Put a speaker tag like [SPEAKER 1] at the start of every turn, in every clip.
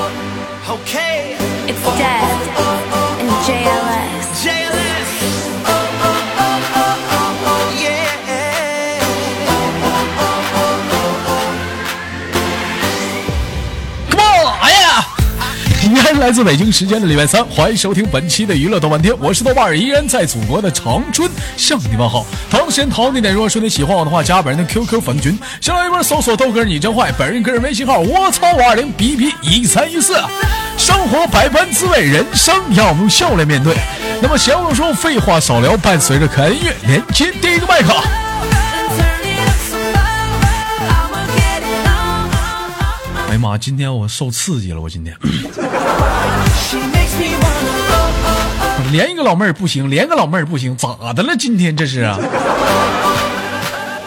[SPEAKER 1] Okay,
[SPEAKER 2] It's death and JLS.
[SPEAKER 1] JLS. Oh, oh, oh, oh, oh, yeah.
[SPEAKER 3] Come on，哎呀！依然来自北京时间的礼拜三，欢迎收听本期的娱乐豆瓣天，我是豆瓣儿，依然在祖国的长春向你们好。同样时间同样地点，如果说你喜欢我的话，加本人的 QQ 粉群，新浪微博搜索豆哥你真坏，本人个人微信号我操五二零 B B 一三一四。生活百般滋味，人生要用笑来面对。那么闲话少说，废话少聊，伴随着可爱音乐，连接第一个麦克。哎呀妈！今天我受刺激了，我今天
[SPEAKER 1] She makes me wanna.
[SPEAKER 3] 连一个老妹儿不行，连个老妹儿不行，咋的了？今天这是啊？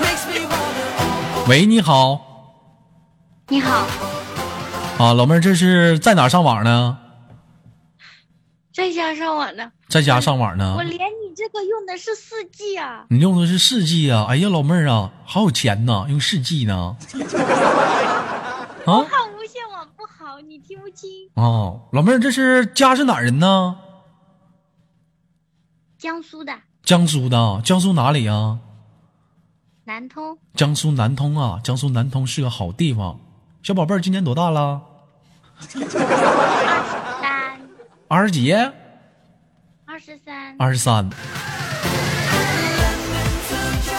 [SPEAKER 1] Makes me wanna.
[SPEAKER 3] 喂，你好
[SPEAKER 2] 你好，
[SPEAKER 3] 啊，老妹儿，这是在哪儿上网呢？
[SPEAKER 2] 再加上我呢，
[SPEAKER 3] 在家上网呢
[SPEAKER 2] 我？连你这个用的是四 G 啊，
[SPEAKER 3] 你用的是世纪啊？哎呀，老妹儿啊，好有钱呐，用世纪呢？啊
[SPEAKER 2] 我看无线网不好，你听不清。
[SPEAKER 3] 哦，老妹儿，这是家是哪儿人呢？
[SPEAKER 2] 江苏的
[SPEAKER 3] 江苏的，江苏哪里啊？
[SPEAKER 2] 南通
[SPEAKER 3] 江苏南通啊，江苏南通是个好地方。小宝贝儿今年多大了？
[SPEAKER 2] 三
[SPEAKER 3] 二十几？
[SPEAKER 2] 二十三，
[SPEAKER 3] 二十三。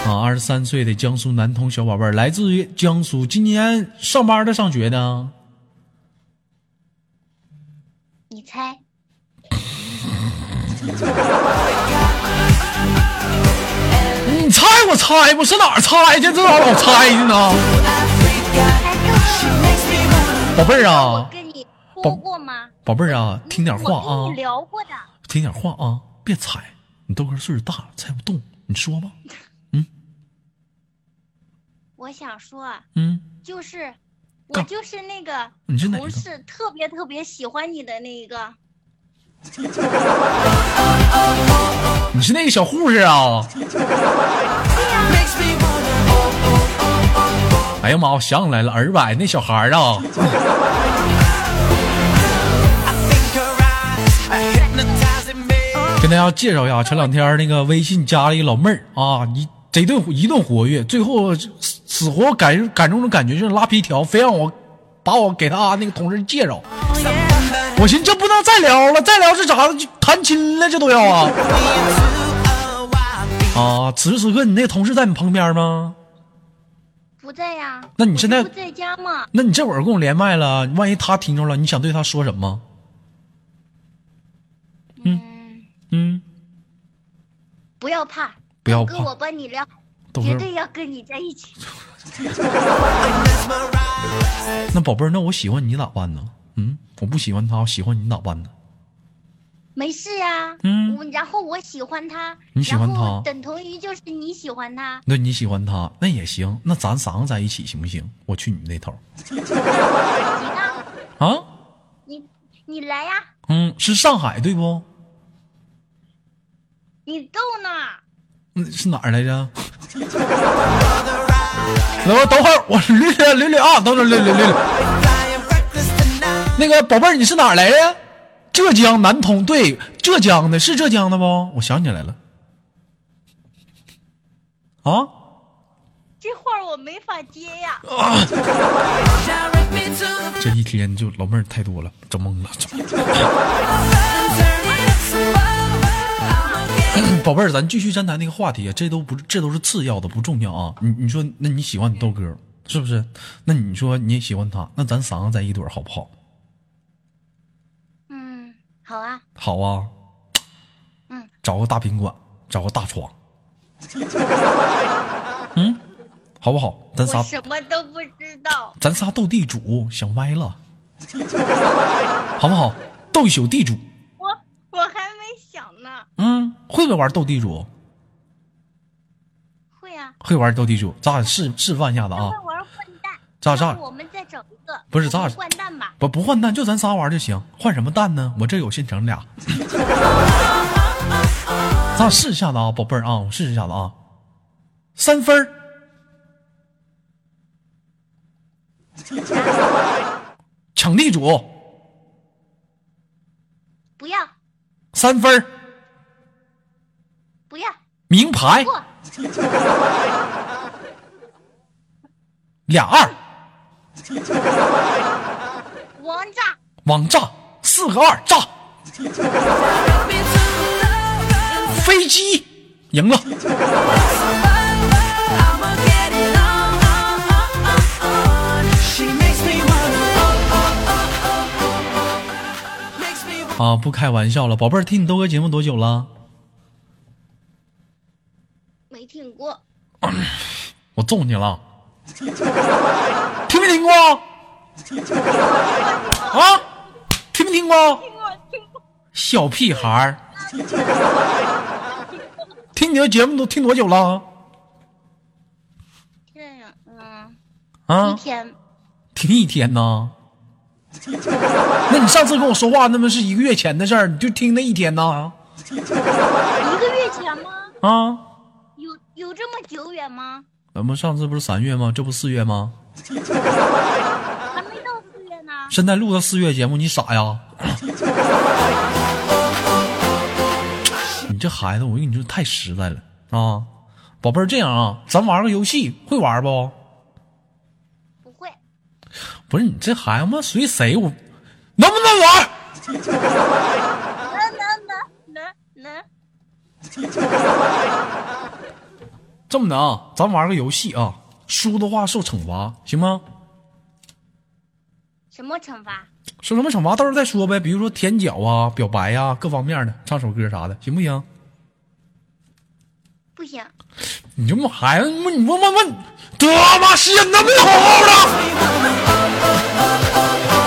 [SPEAKER 3] 啊，二十三岁的江苏南通小宝贝儿，来自于江苏，今年上班的上学的，
[SPEAKER 2] 你猜？
[SPEAKER 3] 你嗯猜我猜，我上哪儿猜去？这咋老猜去呢？宝贝儿啊，
[SPEAKER 2] 跟你说过吗？
[SPEAKER 3] 宝贝儿啊，听点话
[SPEAKER 2] 我
[SPEAKER 3] 啊
[SPEAKER 2] 跟你，聊过的，
[SPEAKER 3] 听点话啊，别猜，你豆哥岁数大了，猜不动，你说吧，
[SPEAKER 2] 我想说，啊
[SPEAKER 3] 嗯，
[SPEAKER 2] 就是我
[SPEAKER 3] 干
[SPEAKER 2] 就是那个
[SPEAKER 3] 你是哪
[SPEAKER 2] 同
[SPEAKER 3] 个
[SPEAKER 2] 事特别特别喜欢你的那一个，
[SPEAKER 3] 你是那个小护士啊？
[SPEAKER 1] Makes me wanna.
[SPEAKER 3] 哎呀妈，我想起来了，儿吧，那小孩儿啊，
[SPEAKER 1] Think her eyes are hypnotizing me.
[SPEAKER 3] 跟大家介绍一下，前两天那个微信加了一个老妹儿啊，一贼顿一顿活跃，最后死死活感感中的感觉就是拉皮条，非让我把我给他那个同事介绍。
[SPEAKER 1] Someone that
[SPEAKER 3] 我寻思这不能再聊了，再聊是啥？就谈亲了，这都要啊！
[SPEAKER 1] me into a wild
[SPEAKER 3] 啊，此时此刻你那同事在你旁边吗？
[SPEAKER 2] 不在呀、
[SPEAKER 3] 那你
[SPEAKER 2] 我
[SPEAKER 3] 现在
[SPEAKER 2] 这不在家吗？
[SPEAKER 3] 那你这会儿跟我连麦了，万一他听着了，你想对他说什么？
[SPEAKER 2] 嗯，
[SPEAKER 3] 嗯，
[SPEAKER 2] 不要怕，
[SPEAKER 3] 不要
[SPEAKER 2] 跟
[SPEAKER 3] 怕，
[SPEAKER 2] 我帮你聊，
[SPEAKER 3] 豆
[SPEAKER 2] 绝
[SPEAKER 3] 哥。
[SPEAKER 2] 对要跟你在一起。
[SPEAKER 3] 那宝贝儿，那我喜欢你咋办呢？嗯，我不喜欢他，我喜欢你咋办呢？
[SPEAKER 2] 没事呀、
[SPEAKER 3] 嗯
[SPEAKER 2] 我然后我喜欢他，
[SPEAKER 3] 你喜欢
[SPEAKER 2] 然后
[SPEAKER 3] 他
[SPEAKER 2] 等同于就是你喜欢他，
[SPEAKER 3] 那你喜欢他，那也行，那咱三个在一起行不行？我去你那头
[SPEAKER 2] 你呢？
[SPEAKER 3] 啊？
[SPEAKER 2] 你你来呀、
[SPEAKER 3] 嗯，是上海对不？
[SPEAKER 2] 你逗呢？
[SPEAKER 3] 嗯，是哪儿来着？ 等会儿，等会儿，我捋捋捋捋啊，等会儿捋捋捋捋。
[SPEAKER 1] flying reckless tonight.
[SPEAKER 3] 那个宝贝儿，你是哪儿来的？浙江南通，对，浙江的，是浙江的不？我想起来了。啊，
[SPEAKER 2] 这话儿我没法接呀、
[SPEAKER 3] 呃
[SPEAKER 1] Direct me to
[SPEAKER 3] 这一天就老妹儿太多了，整懵了。整懵
[SPEAKER 1] the
[SPEAKER 3] 了 宝贝儿，咱继续咱谈那个话题，啊这都不是，这都是次要的，不重要啊。你你说，那你喜欢你豆哥是不是？那你说你也喜欢他，那咱三个在一堆儿好不好？
[SPEAKER 2] 嗯，好啊，
[SPEAKER 3] 好啊，
[SPEAKER 2] 嗯，
[SPEAKER 3] 找个大宾馆，找个大床，嗯，好不好？咱
[SPEAKER 2] 我
[SPEAKER 3] 仨
[SPEAKER 2] 什么都不知道。
[SPEAKER 3] 咱仨斗地主，想歪了，好不好？斗一宿地主，
[SPEAKER 2] 我我还没想呢。
[SPEAKER 3] 嗯，会不会玩斗地主？
[SPEAKER 2] 会啊，
[SPEAKER 3] 会玩斗地主，咱俩示示范一下子啊
[SPEAKER 2] 会！玩混蛋。
[SPEAKER 3] 咋咋
[SPEAKER 2] 然后我们再找一个
[SPEAKER 3] 不是咋
[SPEAKER 2] 我们混蛋吧？
[SPEAKER 3] 不不换蛋，就咱仨玩就行，换什么蛋呢？我这有现成俩，咱俩试一下子啊，宝贝儿啊，我试一下子啊，三分儿场地主
[SPEAKER 2] 不要
[SPEAKER 3] 三分儿
[SPEAKER 2] 不要
[SPEAKER 3] 名牌
[SPEAKER 2] 不
[SPEAKER 3] 俩二，
[SPEAKER 2] 王炸
[SPEAKER 3] 网炸四个二炸，飞机赢了。
[SPEAKER 1] She makes me wanna Makes me wanna
[SPEAKER 3] 啊，不开玩笑了，宝贝儿，听你豆哥节目多久了？
[SPEAKER 2] 没听过，
[SPEAKER 3] 我揍你了，听没听过？啊，听没听过？
[SPEAKER 2] 听过听过
[SPEAKER 3] 小屁孩儿，听你的节目都听多久了？
[SPEAKER 2] 这样嗯一
[SPEAKER 3] 啊，
[SPEAKER 2] 天
[SPEAKER 3] 听一天呐。那你上次跟我说话，那么是一个月前的事儿，你就听那一天呐？
[SPEAKER 2] 一个月前吗？
[SPEAKER 3] 啊，
[SPEAKER 2] 有有这么久远吗？
[SPEAKER 3] 咱们上次不是三月吗？这不四月吗？
[SPEAKER 2] 还没到四月呢。
[SPEAKER 3] 现在录到四月节目，你傻 呀？你这孩子，我跟你说太实在了啊！宝贝儿，这样啊，咱玩个游戏，会玩不？
[SPEAKER 2] 不会，
[SPEAKER 3] 不是你这孩子妈随谁我，能不能玩？
[SPEAKER 2] 能能能能能，
[SPEAKER 3] 这么的啊，咱玩个游戏啊，输的话受惩罚，行吗？
[SPEAKER 2] 什么惩罚？
[SPEAKER 3] 受什么惩罚到时候再说呗，比如说舔脚啊、表白呀、各方面的，唱首歌啥的，行不行？
[SPEAKER 2] 不行，
[SPEAKER 3] 你这么孩子，你问问问，德玛妈时间能不能好好的？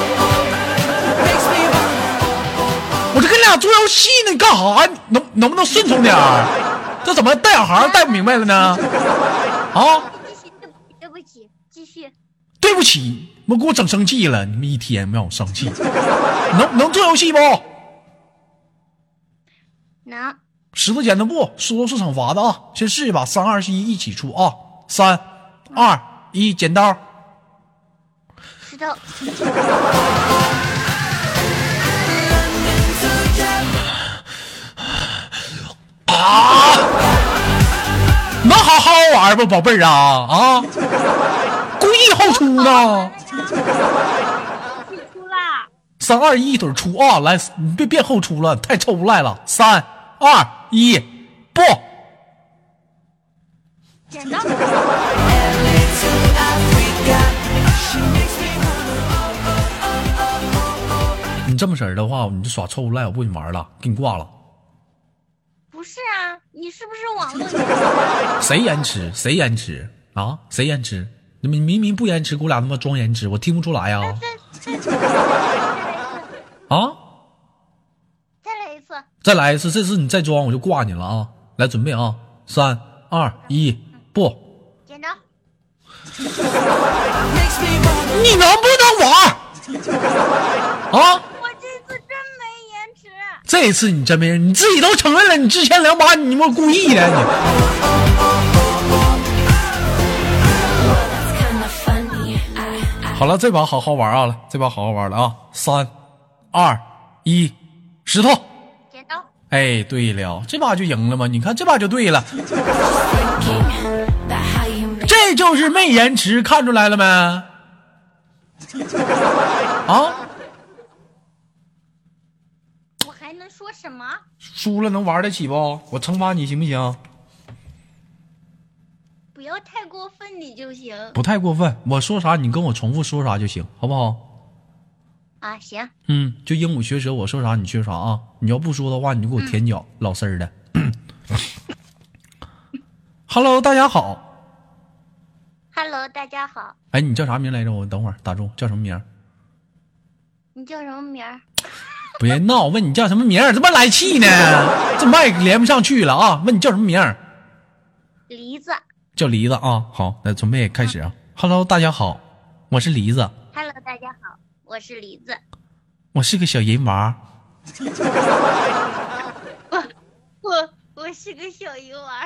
[SPEAKER 1] Makes me wanna
[SPEAKER 3] 我这跟你俩做游戏呢，你干啥呀？能能不能顺从点儿？这怎么带小孩儿带不明白了呢？啊，
[SPEAKER 2] 继续，对不起，对不起，继续。
[SPEAKER 3] 对不起，我给我整生气了，你们一天让我生气。能能做游戏不？
[SPEAKER 2] 能
[SPEAKER 3] 石头剪刀布，输了是惩罚的啊！先试一把，三二一，一起出啊！三二一，剪刀。
[SPEAKER 2] 石头，
[SPEAKER 3] 能好好玩不，宝贝儿啊啊！故意后出呢？
[SPEAKER 2] 一起出啦！
[SPEAKER 3] 三二一，一腿出啊！来，你别别后出了，太臭无赖了。三二一，不。
[SPEAKER 2] 剪刀，
[SPEAKER 1] to Africa She makes me wanna
[SPEAKER 3] 你这么式儿的话，你就耍臭无赖，我不跟你玩了，给你挂了。
[SPEAKER 2] 不是啊，你是不是网络游
[SPEAKER 3] 谁延迟？谁延迟啊？谁延迟？你们明明不延迟，给我俩他妈装延迟，我听不出来呀、
[SPEAKER 2] 戏？再再再来一次，
[SPEAKER 3] 啊！
[SPEAKER 2] 再来一次，
[SPEAKER 3] 再来一次，这次你再装我就挂你了啊！来准备啊，三二一，不，
[SPEAKER 2] 剪刀，
[SPEAKER 1] Makes me wanna
[SPEAKER 3] 你能不能玩儿？啊！
[SPEAKER 2] 我这次真没延迟。
[SPEAKER 3] 这一次你真没人，你自己都承认了，你之前两把你他妈故意的，你
[SPEAKER 4] kinda funny. I, I
[SPEAKER 3] 好了，这把好好玩啊，来，这把好好玩了啊！三二一，石头。
[SPEAKER 2] 剪刀，
[SPEAKER 3] 哎，对了，这把就赢了吗？你看这把就对了，
[SPEAKER 4] thinking about how you make
[SPEAKER 3] 这就是没延迟，看出来了没？啊，
[SPEAKER 2] 我还能说什么？
[SPEAKER 3] 输了能玩得起不？我惩罚你行不行？
[SPEAKER 2] 不要太过分你就行
[SPEAKER 3] 不太过分，我说啥你跟我重复说啥就行，好不好？
[SPEAKER 2] 啊！行，
[SPEAKER 3] 嗯，就鹦鹉学舌，我说啥你学啥啊？你要不说的话，你就给我舔脚，老丝儿的。Hello，大家好。
[SPEAKER 2] Hello，大家好，
[SPEAKER 3] 哎，你叫啥名来着？我等会儿打住，叫什么名儿？
[SPEAKER 2] 你叫什么名儿？
[SPEAKER 3] 别闹，问你叫什么名儿？这么来气呢？ 这麦连不上去了啊！问你叫什么名儿？
[SPEAKER 2] 梨子。
[SPEAKER 3] 叫梨子啊。好，那准备开始啊。Hello，大家好，我是梨子，
[SPEAKER 2] Hello，大家好，我是梨子。
[SPEAKER 3] 我是个小银娃。
[SPEAKER 2] 我我是个小游玩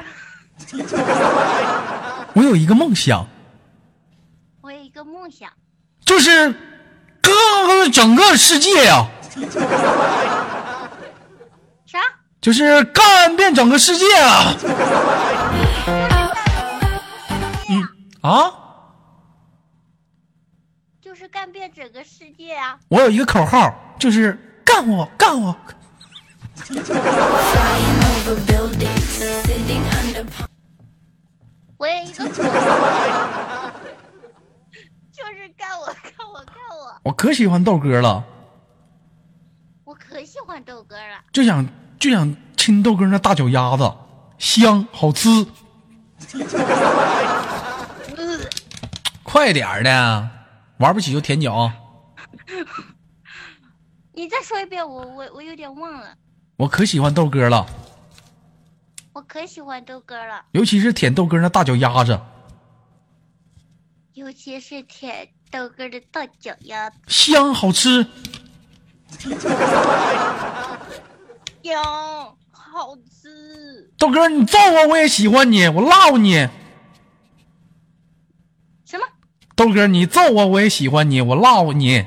[SPEAKER 2] 儿，
[SPEAKER 3] 我有一个梦想，
[SPEAKER 2] 我有一个梦想，
[SPEAKER 3] 就是各个整个世界啊呀、
[SPEAKER 2] 啥？
[SPEAKER 3] 就是干遍整个世界啊！啊，
[SPEAKER 2] 就是干遍整个世界啊！
[SPEAKER 3] 我有一个口号，就是干我干我。
[SPEAKER 4] Flying over buildings, sitting under palm
[SPEAKER 2] 我有一个口， 就是干我干我干我！
[SPEAKER 3] 我可喜欢豆哥了，
[SPEAKER 2] 我可喜欢豆哥了，
[SPEAKER 3] 就想就想亲豆哥那大脚丫子，香好吃，
[SPEAKER 2] 嗯，
[SPEAKER 3] 快点儿的，玩不起就舔脚啊。
[SPEAKER 2] 你再说一遍，我我我有点忘了。
[SPEAKER 3] 我可喜欢豆哥了，
[SPEAKER 2] 我可喜欢豆哥了，
[SPEAKER 3] 尤其是舔豆哥那大脚丫子，
[SPEAKER 2] 尤其是舔豆哥的大脚丫子。
[SPEAKER 3] 香好吃。
[SPEAKER 2] 香，好吃。
[SPEAKER 3] 豆哥你揍我我也喜欢你，我唠你。
[SPEAKER 2] 什么？
[SPEAKER 3] 豆哥你揍我我也喜欢你，我唠你。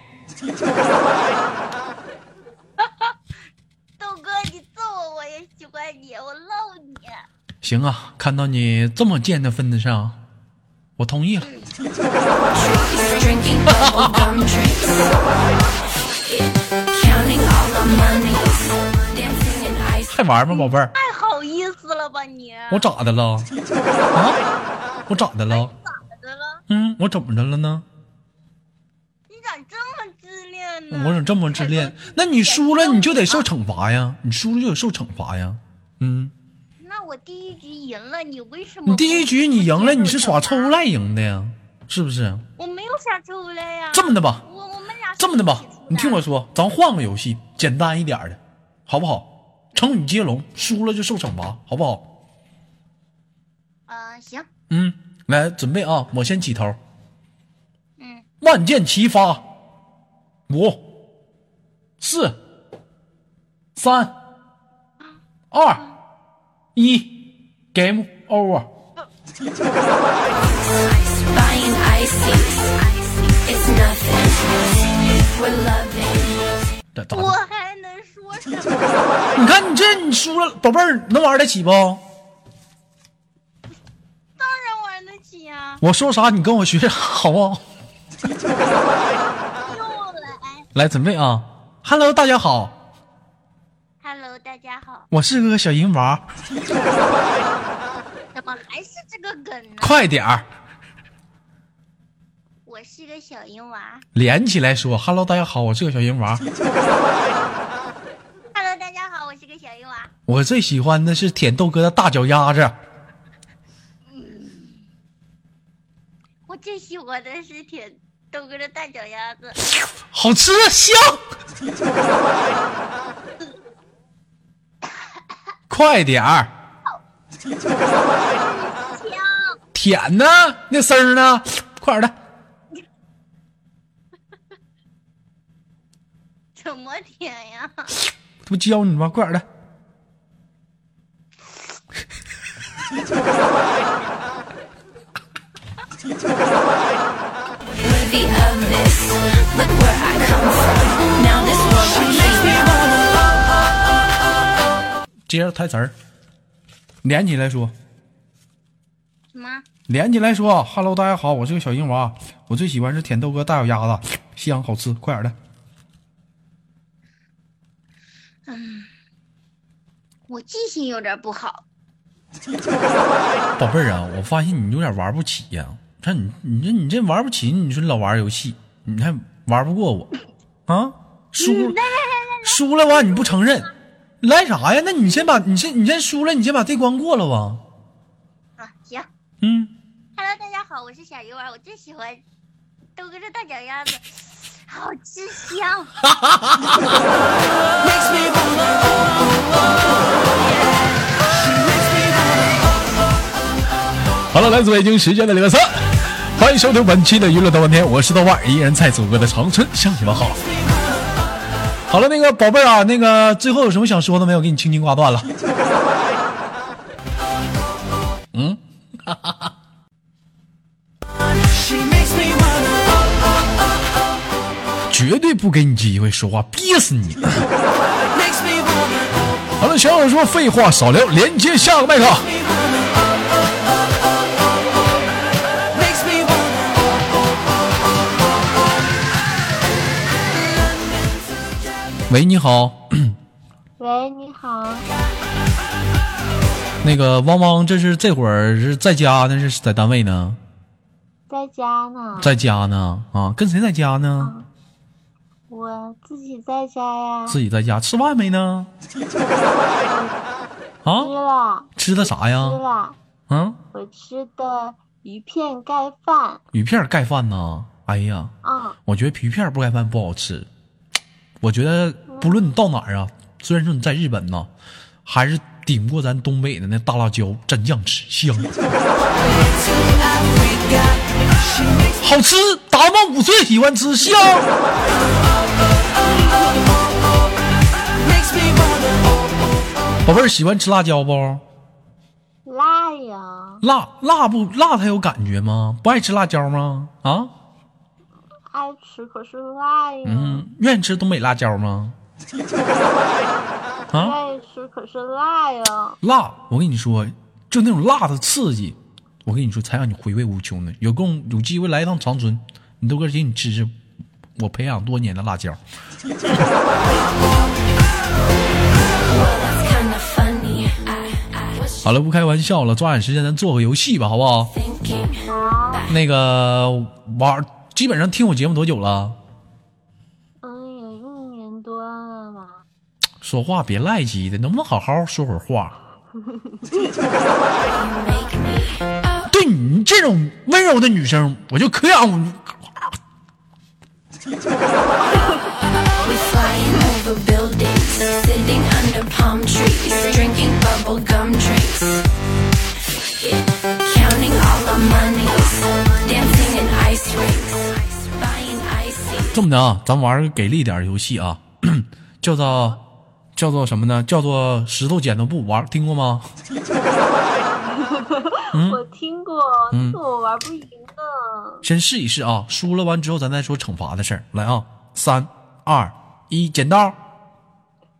[SPEAKER 2] 豆哥，你揍我，我也喜欢你，我唠你。
[SPEAKER 3] 行啊，看到你这么贱的份子上，我同意了。
[SPEAKER 4] trees, drinking bubble gum drinks. Counting all the money, dancing in ice.
[SPEAKER 3] 还玩吗，宝贝儿？
[SPEAKER 2] 太好意思了吧你？
[SPEAKER 3] 我咋的了？啊？我咋的了？
[SPEAKER 2] 咋的了？
[SPEAKER 3] 嗯，我怎么的了呢？
[SPEAKER 2] 你咋这么自恋呢？
[SPEAKER 3] 我怎么这么自恋？那你输了你就得受惩罚呀，你输了就得受惩罚呀。嗯，
[SPEAKER 2] 那我第一局赢了，你为什么？
[SPEAKER 3] 你第一局你赢了，你是耍臭无。赖赢的呀，是不是？
[SPEAKER 2] 我没有耍臭无赖呀。
[SPEAKER 3] 这么的吧，
[SPEAKER 2] 我我们俩是
[SPEAKER 3] 这么的吧
[SPEAKER 2] 一起出，
[SPEAKER 3] 你听我说，咱换个游戏，简单一点儿的，好不好？成语接龙，输了就受惩罚，好不好？
[SPEAKER 2] 呃，行，
[SPEAKER 3] 嗯，来准备啊，我先起头，
[SPEAKER 2] 嗯，
[SPEAKER 3] 万箭齐发，五、四、三、二、一，game over。
[SPEAKER 4] Buying ices, it's nothing. We're loving.
[SPEAKER 3] 这咋的？
[SPEAKER 2] 我还能说什么？
[SPEAKER 3] 你看你这你输了，宝贝儿能玩得起不？
[SPEAKER 2] 当然玩得起啊！
[SPEAKER 3] 我说啥你跟我学啥，好不好？
[SPEAKER 2] 又来
[SPEAKER 3] 来准备啊！Hello，大家好，
[SPEAKER 2] ，Hello，大家好，
[SPEAKER 3] 我是个小银娃，
[SPEAKER 2] 怎么还是这个梗呢？
[SPEAKER 3] 快点儿
[SPEAKER 2] 我是个小银娃。
[SPEAKER 3] 连起来说，Hello，大家好，我是个小银娃，
[SPEAKER 2] Hello，大家好，我是个小银娃。
[SPEAKER 3] 我最喜欢的是舔豆哥的大脚丫子。
[SPEAKER 2] 我最喜欢的是舔豆哥的大脚丫子。
[SPEAKER 3] 好吃香。快点儿，
[SPEAKER 2] 香，
[SPEAKER 3] 舔呢，那声儿呢？快点儿的，
[SPEAKER 2] 怎么舔呀？
[SPEAKER 3] 这不教你吗？快点儿的。
[SPEAKER 4] Worthy of this. Look where I come from. Now this world I came from.
[SPEAKER 3] 接着台词儿，连起来说，
[SPEAKER 2] 什么？
[SPEAKER 3] 连起来说，Hello，大啊家好，我是个小银娃，我最喜欢是舔豆哥大脚丫子，香好吃，快点儿的。
[SPEAKER 2] 我记性有点不好。
[SPEAKER 3] 宝贝儿啊，我发现你有点玩不起呀、看你，你这你这玩不起，你说你老玩游戏，你还玩不过我啊？输输了吧，你不承认，来啥呀？那你先把你先你先输了，你先把这关过了吧。
[SPEAKER 2] 啊，行。
[SPEAKER 3] 嗯，
[SPEAKER 2] Hello，大家好，我是小鱼丸，我最喜欢豆哥的大脚丫子， 好吃香。
[SPEAKER 3] 好了，来自北京时间的礼拜三，欢迎收听本期的娱乐大半天，我是豆瓣儿，依然在祖国的长春向你们好。好了，那个宝贝儿啊，那个最后有什么想说的没有？给你轻轻挂断了。 嗯
[SPEAKER 1] She makes me wanna oh oh oh
[SPEAKER 3] 绝对不给你机会说话，憋死你！
[SPEAKER 1] Makes me wanna,
[SPEAKER 3] 好了，小友说废话少聊，连接下个麦克。
[SPEAKER 1] me wanna, makes me wanna.
[SPEAKER 3] 喂，你好，
[SPEAKER 2] 喂，你好，
[SPEAKER 3] 那个汪汪，这是这会儿是在家呢，是在单位呢，
[SPEAKER 2] 在家呢，
[SPEAKER 3] 在家呢啊？跟谁在家呢？
[SPEAKER 2] 我自己在家呀。
[SPEAKER 3] 自己在家吃饭没 呢？
[SPEAKER 2] 吃
[SPEAKER 3] 啊，
[SPEAKER 2] 了，
[SPEAKER 3] 吃的啥
[SPEAKER 2] 吃
[SPEAKER 3] 呀？
[SPEAKER 2] 了，
[SPEAKER 3] 啊，
[SPEAKER 2] 我吃的鱼片盖饭。
[SPEAKER 3] 鱼片儿盖饭呐？哎呀，
[SPEAKER 2] 嗯，
[SPEAKER 3] 我觉得皮片不盖饭不好吃。我觉得不论你到哪儿啊，虽然说你在日本呢，还是顶不过咱东北的那大辣椒蘸酱吃香，好吃。达到五岁喜欢吃香。
[SPEAKER 1] Makes me wanna,
[SPEAKER 3] 宝贝儿喜欢吃辣椒不？
[SPEAKER 2] 辣呀，
[SPEAKER 3] 辣辣不辣？它有感觉吗？不爱吃辣椒吗？啊？
[SPEAKER 2] 爱吃可是辣呀，
[SPEAKER 3] 嗯，愿意吃东北辣椒 吗？啊？
[SPEAKER 2] 爱吃可是辣呀。
[SPEAKER 3] 辣，我跟你说，就那种辣的刺激，我跟你说才让你回味无穷呢。有空有机会来一趟长春，你都哥请你吃吃我培养多年的辣椒。
[SPEAKER 4] That's kinda funny. I, I was
[SPEAKER 3] 好了，不开玩笑了，抓紧时间咱做个游戏吧，好不好？
[SPEAKER 4] thinking.
[SPEAKER 3] 那个玩，基本上听我节目多久了？
[SPEAKER 2] 嗯，有一年多了吧。
[SPEAKER 3] 说话别赖叽的，能不能好好说会儿话？对你这种温柔的女生，我就可想我
[SPEAKER 4] We flying over buildings, sitting under palm trees, drinking bubble gum drinks. Yeah. Counting all our monies, dancing in ice rinks, buying icy.
[SPEAKER 3] 这么的啊，咱玩个给力点儿游戏啊， 叫做叫做什么呢？叫做石头剪刀布玩，听过吗？
[SPEAKER 2] 我听过，但是我玩不赢呢。
[SPEAKER 3] 先试一试啊，输了完之后咱再说惩罚的事儿。来啊，三二一，剪刀！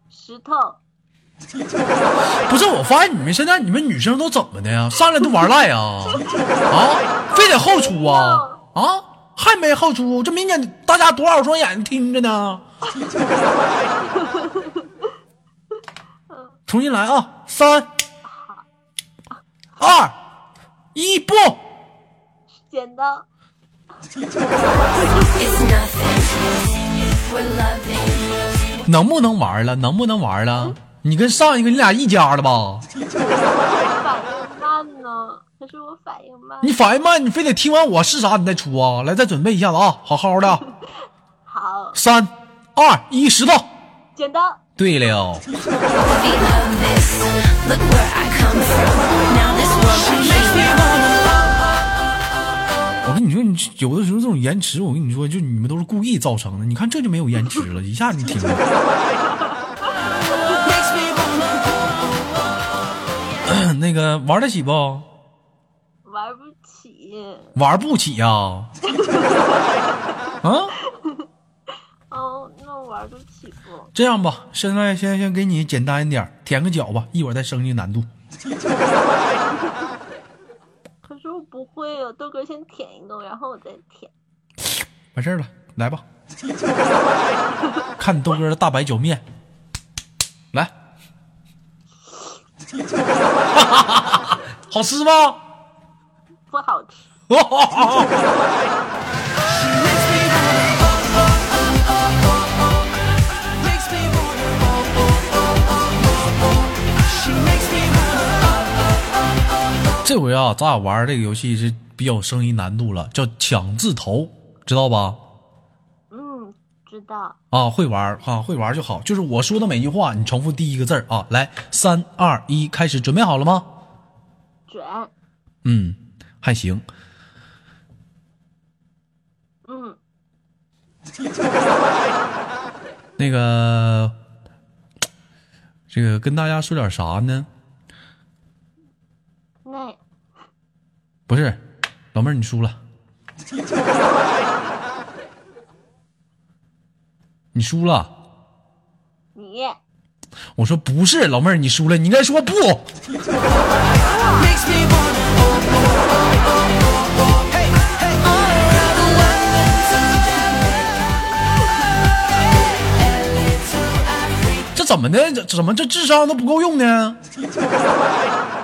[SPEAKER 2] 石头，
[SPEAKER 3] 不是，我发现你们现在你们女生都怎么的呀？上来都玩赖啊啊，非得后出啊啊，还没后出，这明显大家多少双眼睛听着呢。重新来啊，三二一，不。
[SPEAKER 2] 剪刀，
[SPEAKER 4] It's nothing. We're loving.
[SPEAKER 3] 能不能玩了？能不能玩了？你跟上一个你俩一家的吧？
[SPEAKER 2] 反应慢呢。可是我反应慢。
[SPEAKER 3] 你反应慢，你非得听完我是啥你再出啊？来，再准备一下子啊，好好的啊，
[SPEAKER 2] 好，
[SPEAKER 3] 三二一，石头。
[SPEAKER 2] 剪刀，
[SPEAKER 3] 对了，
[SPEAKER 4] We love this. Look where I come from. Now this world makes me wanna.
[SPEAKER 3] 我跟你说，你有的时候这种延迟，我跟你说，就你们都是故意造成的。你看这就没有延迟了，一下就停了。
[SPEAKER 1] makes me wanna,
[SPEAKER 3] 那个玩得起不？
[SPEAKER 2] 玩不起。
[SPEAKER 3] 玩不起呀、啊？
[SPEAKER 2] 哦，那我玩得起不？
[SPEAKER 3] 这样吧，现在先先给你简单一点儿，舔个脚吧，一会儿再升级难度。
[SPEAKER 2] 可是我不会啊。豆哥先舔一个，然后我再舔。
[SPEAKER 3] 完事儿了，来吧，看豆哥的大白脚面，来，好吃吗？
[SPEAKER 2] 不好吃。
[SPEAKER 1] makes me wanna. She makes me wanna,
[SPEAKER 3] 这回啊，咱俩玩这个游戏是比较升级难度了，叫抢字头，知道吧？
[SPEAKER 2] 嗯，知道。
[SPEAKER 3] 啊，会玩儿啊，会玩儿就好。就是我说的每句话，你重复第一个字儿啊。来，三二一，开始，准备好了吗？
[SPEAKER 2] 卷，
[SPEAKER 3] 嗯，还行。
[SPEAKER 2] 嗯，
[SPEAKER 3] 那个，这个跟大家说点啥呢？
[SPEAKER 2] 那
[SPEAKER 3] 不是，老妹儿，你输了。 你输了。
[SPEAKER 5] 你
[SPEAKER 3] 我说不是，老妹儿，你输了，你应该说不。
[SPEAKER 6] Makes me wanna oh oh oh oh oh oh hey hey all around the world.
[SPEAKER 3] 这怎么的？这怎么这智商都不够用呢？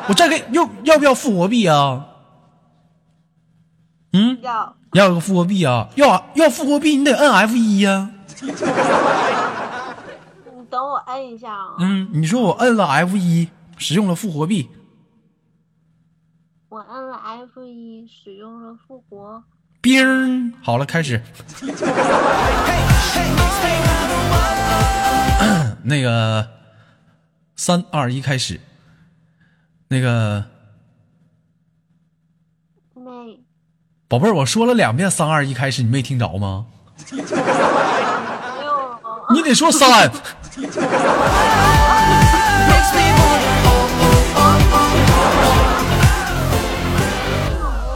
[SPEAKER 3] 我再给要要不要复活币啊？
[SPEAKER 5] 要
[SPEAKER 3] 要有个复活币啊？要要复活币，你得摁 F 一呀、
[SPEAKER 5] 你等我摁一下啊，
[SPEAKER 3] 嗯，你说我摁了 F 一，使用了复活币，
[SPEAKER 5] 我摁了 F 一，使用了复活。
[SPEAKER 3] 冰儿，好了，开始。那个，三二一，开始。那个
[SPEAKER 5] 那
[SPEAKER 3] 宝贝儿，我说了两遍三二一开始，你没听着吗？
[SPEAKER 5] 没有
[SPEAKER 3] 你得说三。
[SPEAKER 6] Makes me wanna oh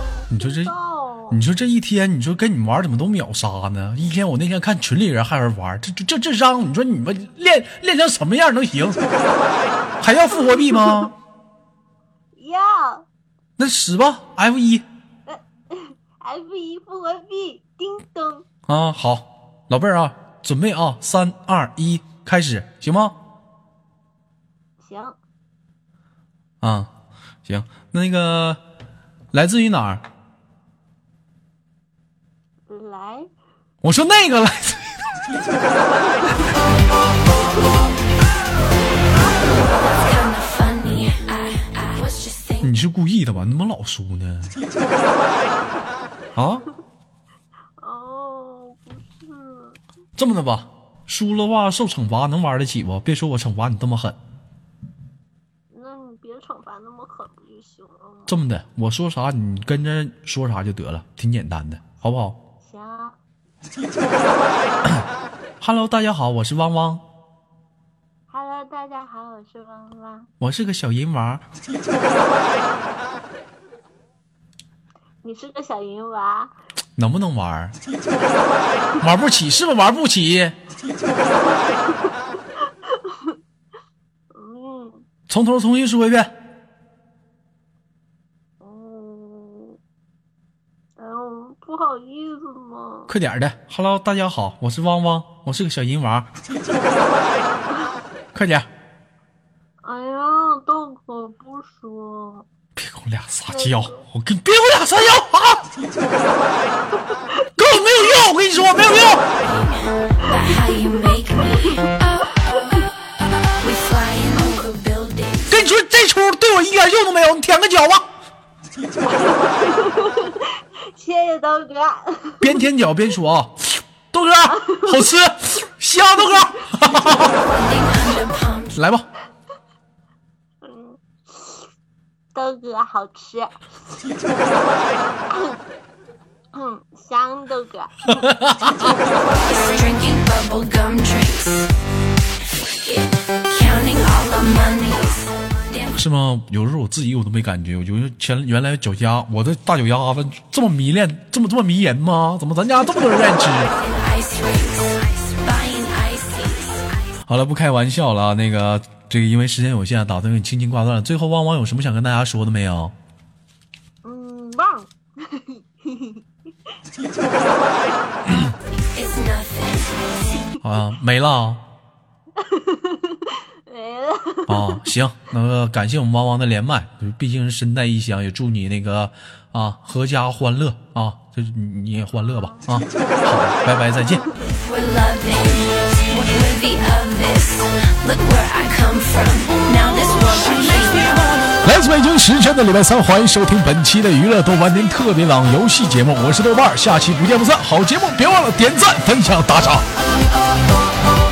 [SPEAKER 6] oh oh
[SPEAKER 3] 你说这，
[SPEAKER 5] 到，
[SPEAKER 3] 你说这一天，你说跟你玩怎么都秒杀呢？一天我那天看群里人还有人玩，这这这智商，你说你们练练成什么样能行？ 还要复活币吗？
[SPEAKER 5] 要
[SPEAKER 3] 那使吧，F 一
[SPEAKER 5] F 一复活币，叮咚，
[SPEAKER 3] 啊，好，老妹儿啊，准备啊，三二一，开始，行吗？
[SPEAKER 5] 行，
[SPEAKER 3] 啊，行，那个来自于哪儿？
[SPEAKER 5] 来，
[SPEAKER 3] 我说那个来自于哪儿
[SPEAKER 4] Kinda funny. I, I was just thinking.
[SPEAKER 3] 你是故意的吧？你怎么老输呢？啊，
[SPEAKER 5] 哦，不是，
[SPEAKER 3] 这么的吧，输了话受惩罚，能玩得起不？别说我惩罚你这么狠，
[SPEAKER 5] 那你别惩罚那么狠不就行了吗？
[SPEAKER 3] 这么的，我说啥你跟着说啥就得了，挺简单的，好不好
[SPEAKER 5] 行，
[SPEAKER 3] ？Hello，大家好，我是汪汪，
[SPEAKER 5] 哈喽，大家好，我是汪汪，
[SPEAKER 3] 我是个小银娃。
[SPEAKER 5] 你是个小银娃，
[SPEAKER 3] 能不能玩儿？ 玩不起是不是玩不起？
[SPEAKER 5] 嗯
[SPEAKER 3] 从头重新说一遍。
[SPEAKER 5] 嗯，哎呦，不好意思嘛，
[SPEAKER 3] 快点儿的，Hello，大家好，我是汪汪，我是个小银娃。快点儿，
[SPEAKER 5] 哎呀，豆可不说，
[SPEAKER 3] 别跟我俩撒娇，我跟别跟我俩撒娇啊！ 跟我没有用，我跟你说没有用。
[SPEAKER 4] about how you make me. Oh, oh, oh. We flying over buildings.
[SPEAKER 3] 跟你说这出对我一点用都没有，你舔个脚吧，
[SPEAKER 5] 谢谢豆哥，
[SPEAKER 3] 边舔脚边说啊，豆哥好吃，香豆哥，
[SPEAKER 4] Sitting under palm
[SPEAKER 3] 来吧，
[SPEAKER 5] 豆哥好吃， 嗯，香豆哥，
[SPEAKER 4] trees, drinking bubble gum drinks. Yeah, counting all the money. Damn,
[SPEAKER 3] 是吗？有时候我自己我都没感觉，我就是前原来脚丫，我的大脚丫子这么迷恋，这么这么迷人吗？怎么咱家这么多人愿意吃？
[SPEAKER 4] ice rings. Buying ices.
[SPEAKER 3] 好了，不开玩笑了啊，那个这个因为时间有限，啊打算给你轻轻挂断了。最后，汪汪有什么想跟大家说的没有？
[SPEAKER 5] 嗯，棒，
[SPEAKER 4] It's nothing.
[SPEAKER 3] 啊，没了啊。
[SPEAKER 5] 没了，
[SPEAKER 3] 啊，行，那个感谢我们汪汪的连麦，毕竟是身带异乡，也祝你那个啊阖家欢乐啊，就是你你也欢乐吧啊，好，拜拜，再见。
[SPEAKER 4] We're loving. We're worthy of this. Look where I come from. Now this world I came from.
[SPEAKER 3] 来自北京时间的礼拜三，欢迎收听本期的娱乐豆瓣天特别档游戏节目，我是豆瓣儿，下期不见不散。好节目别忘了点赞、分享、打赏。
[SPEAKER 6] oh oh oh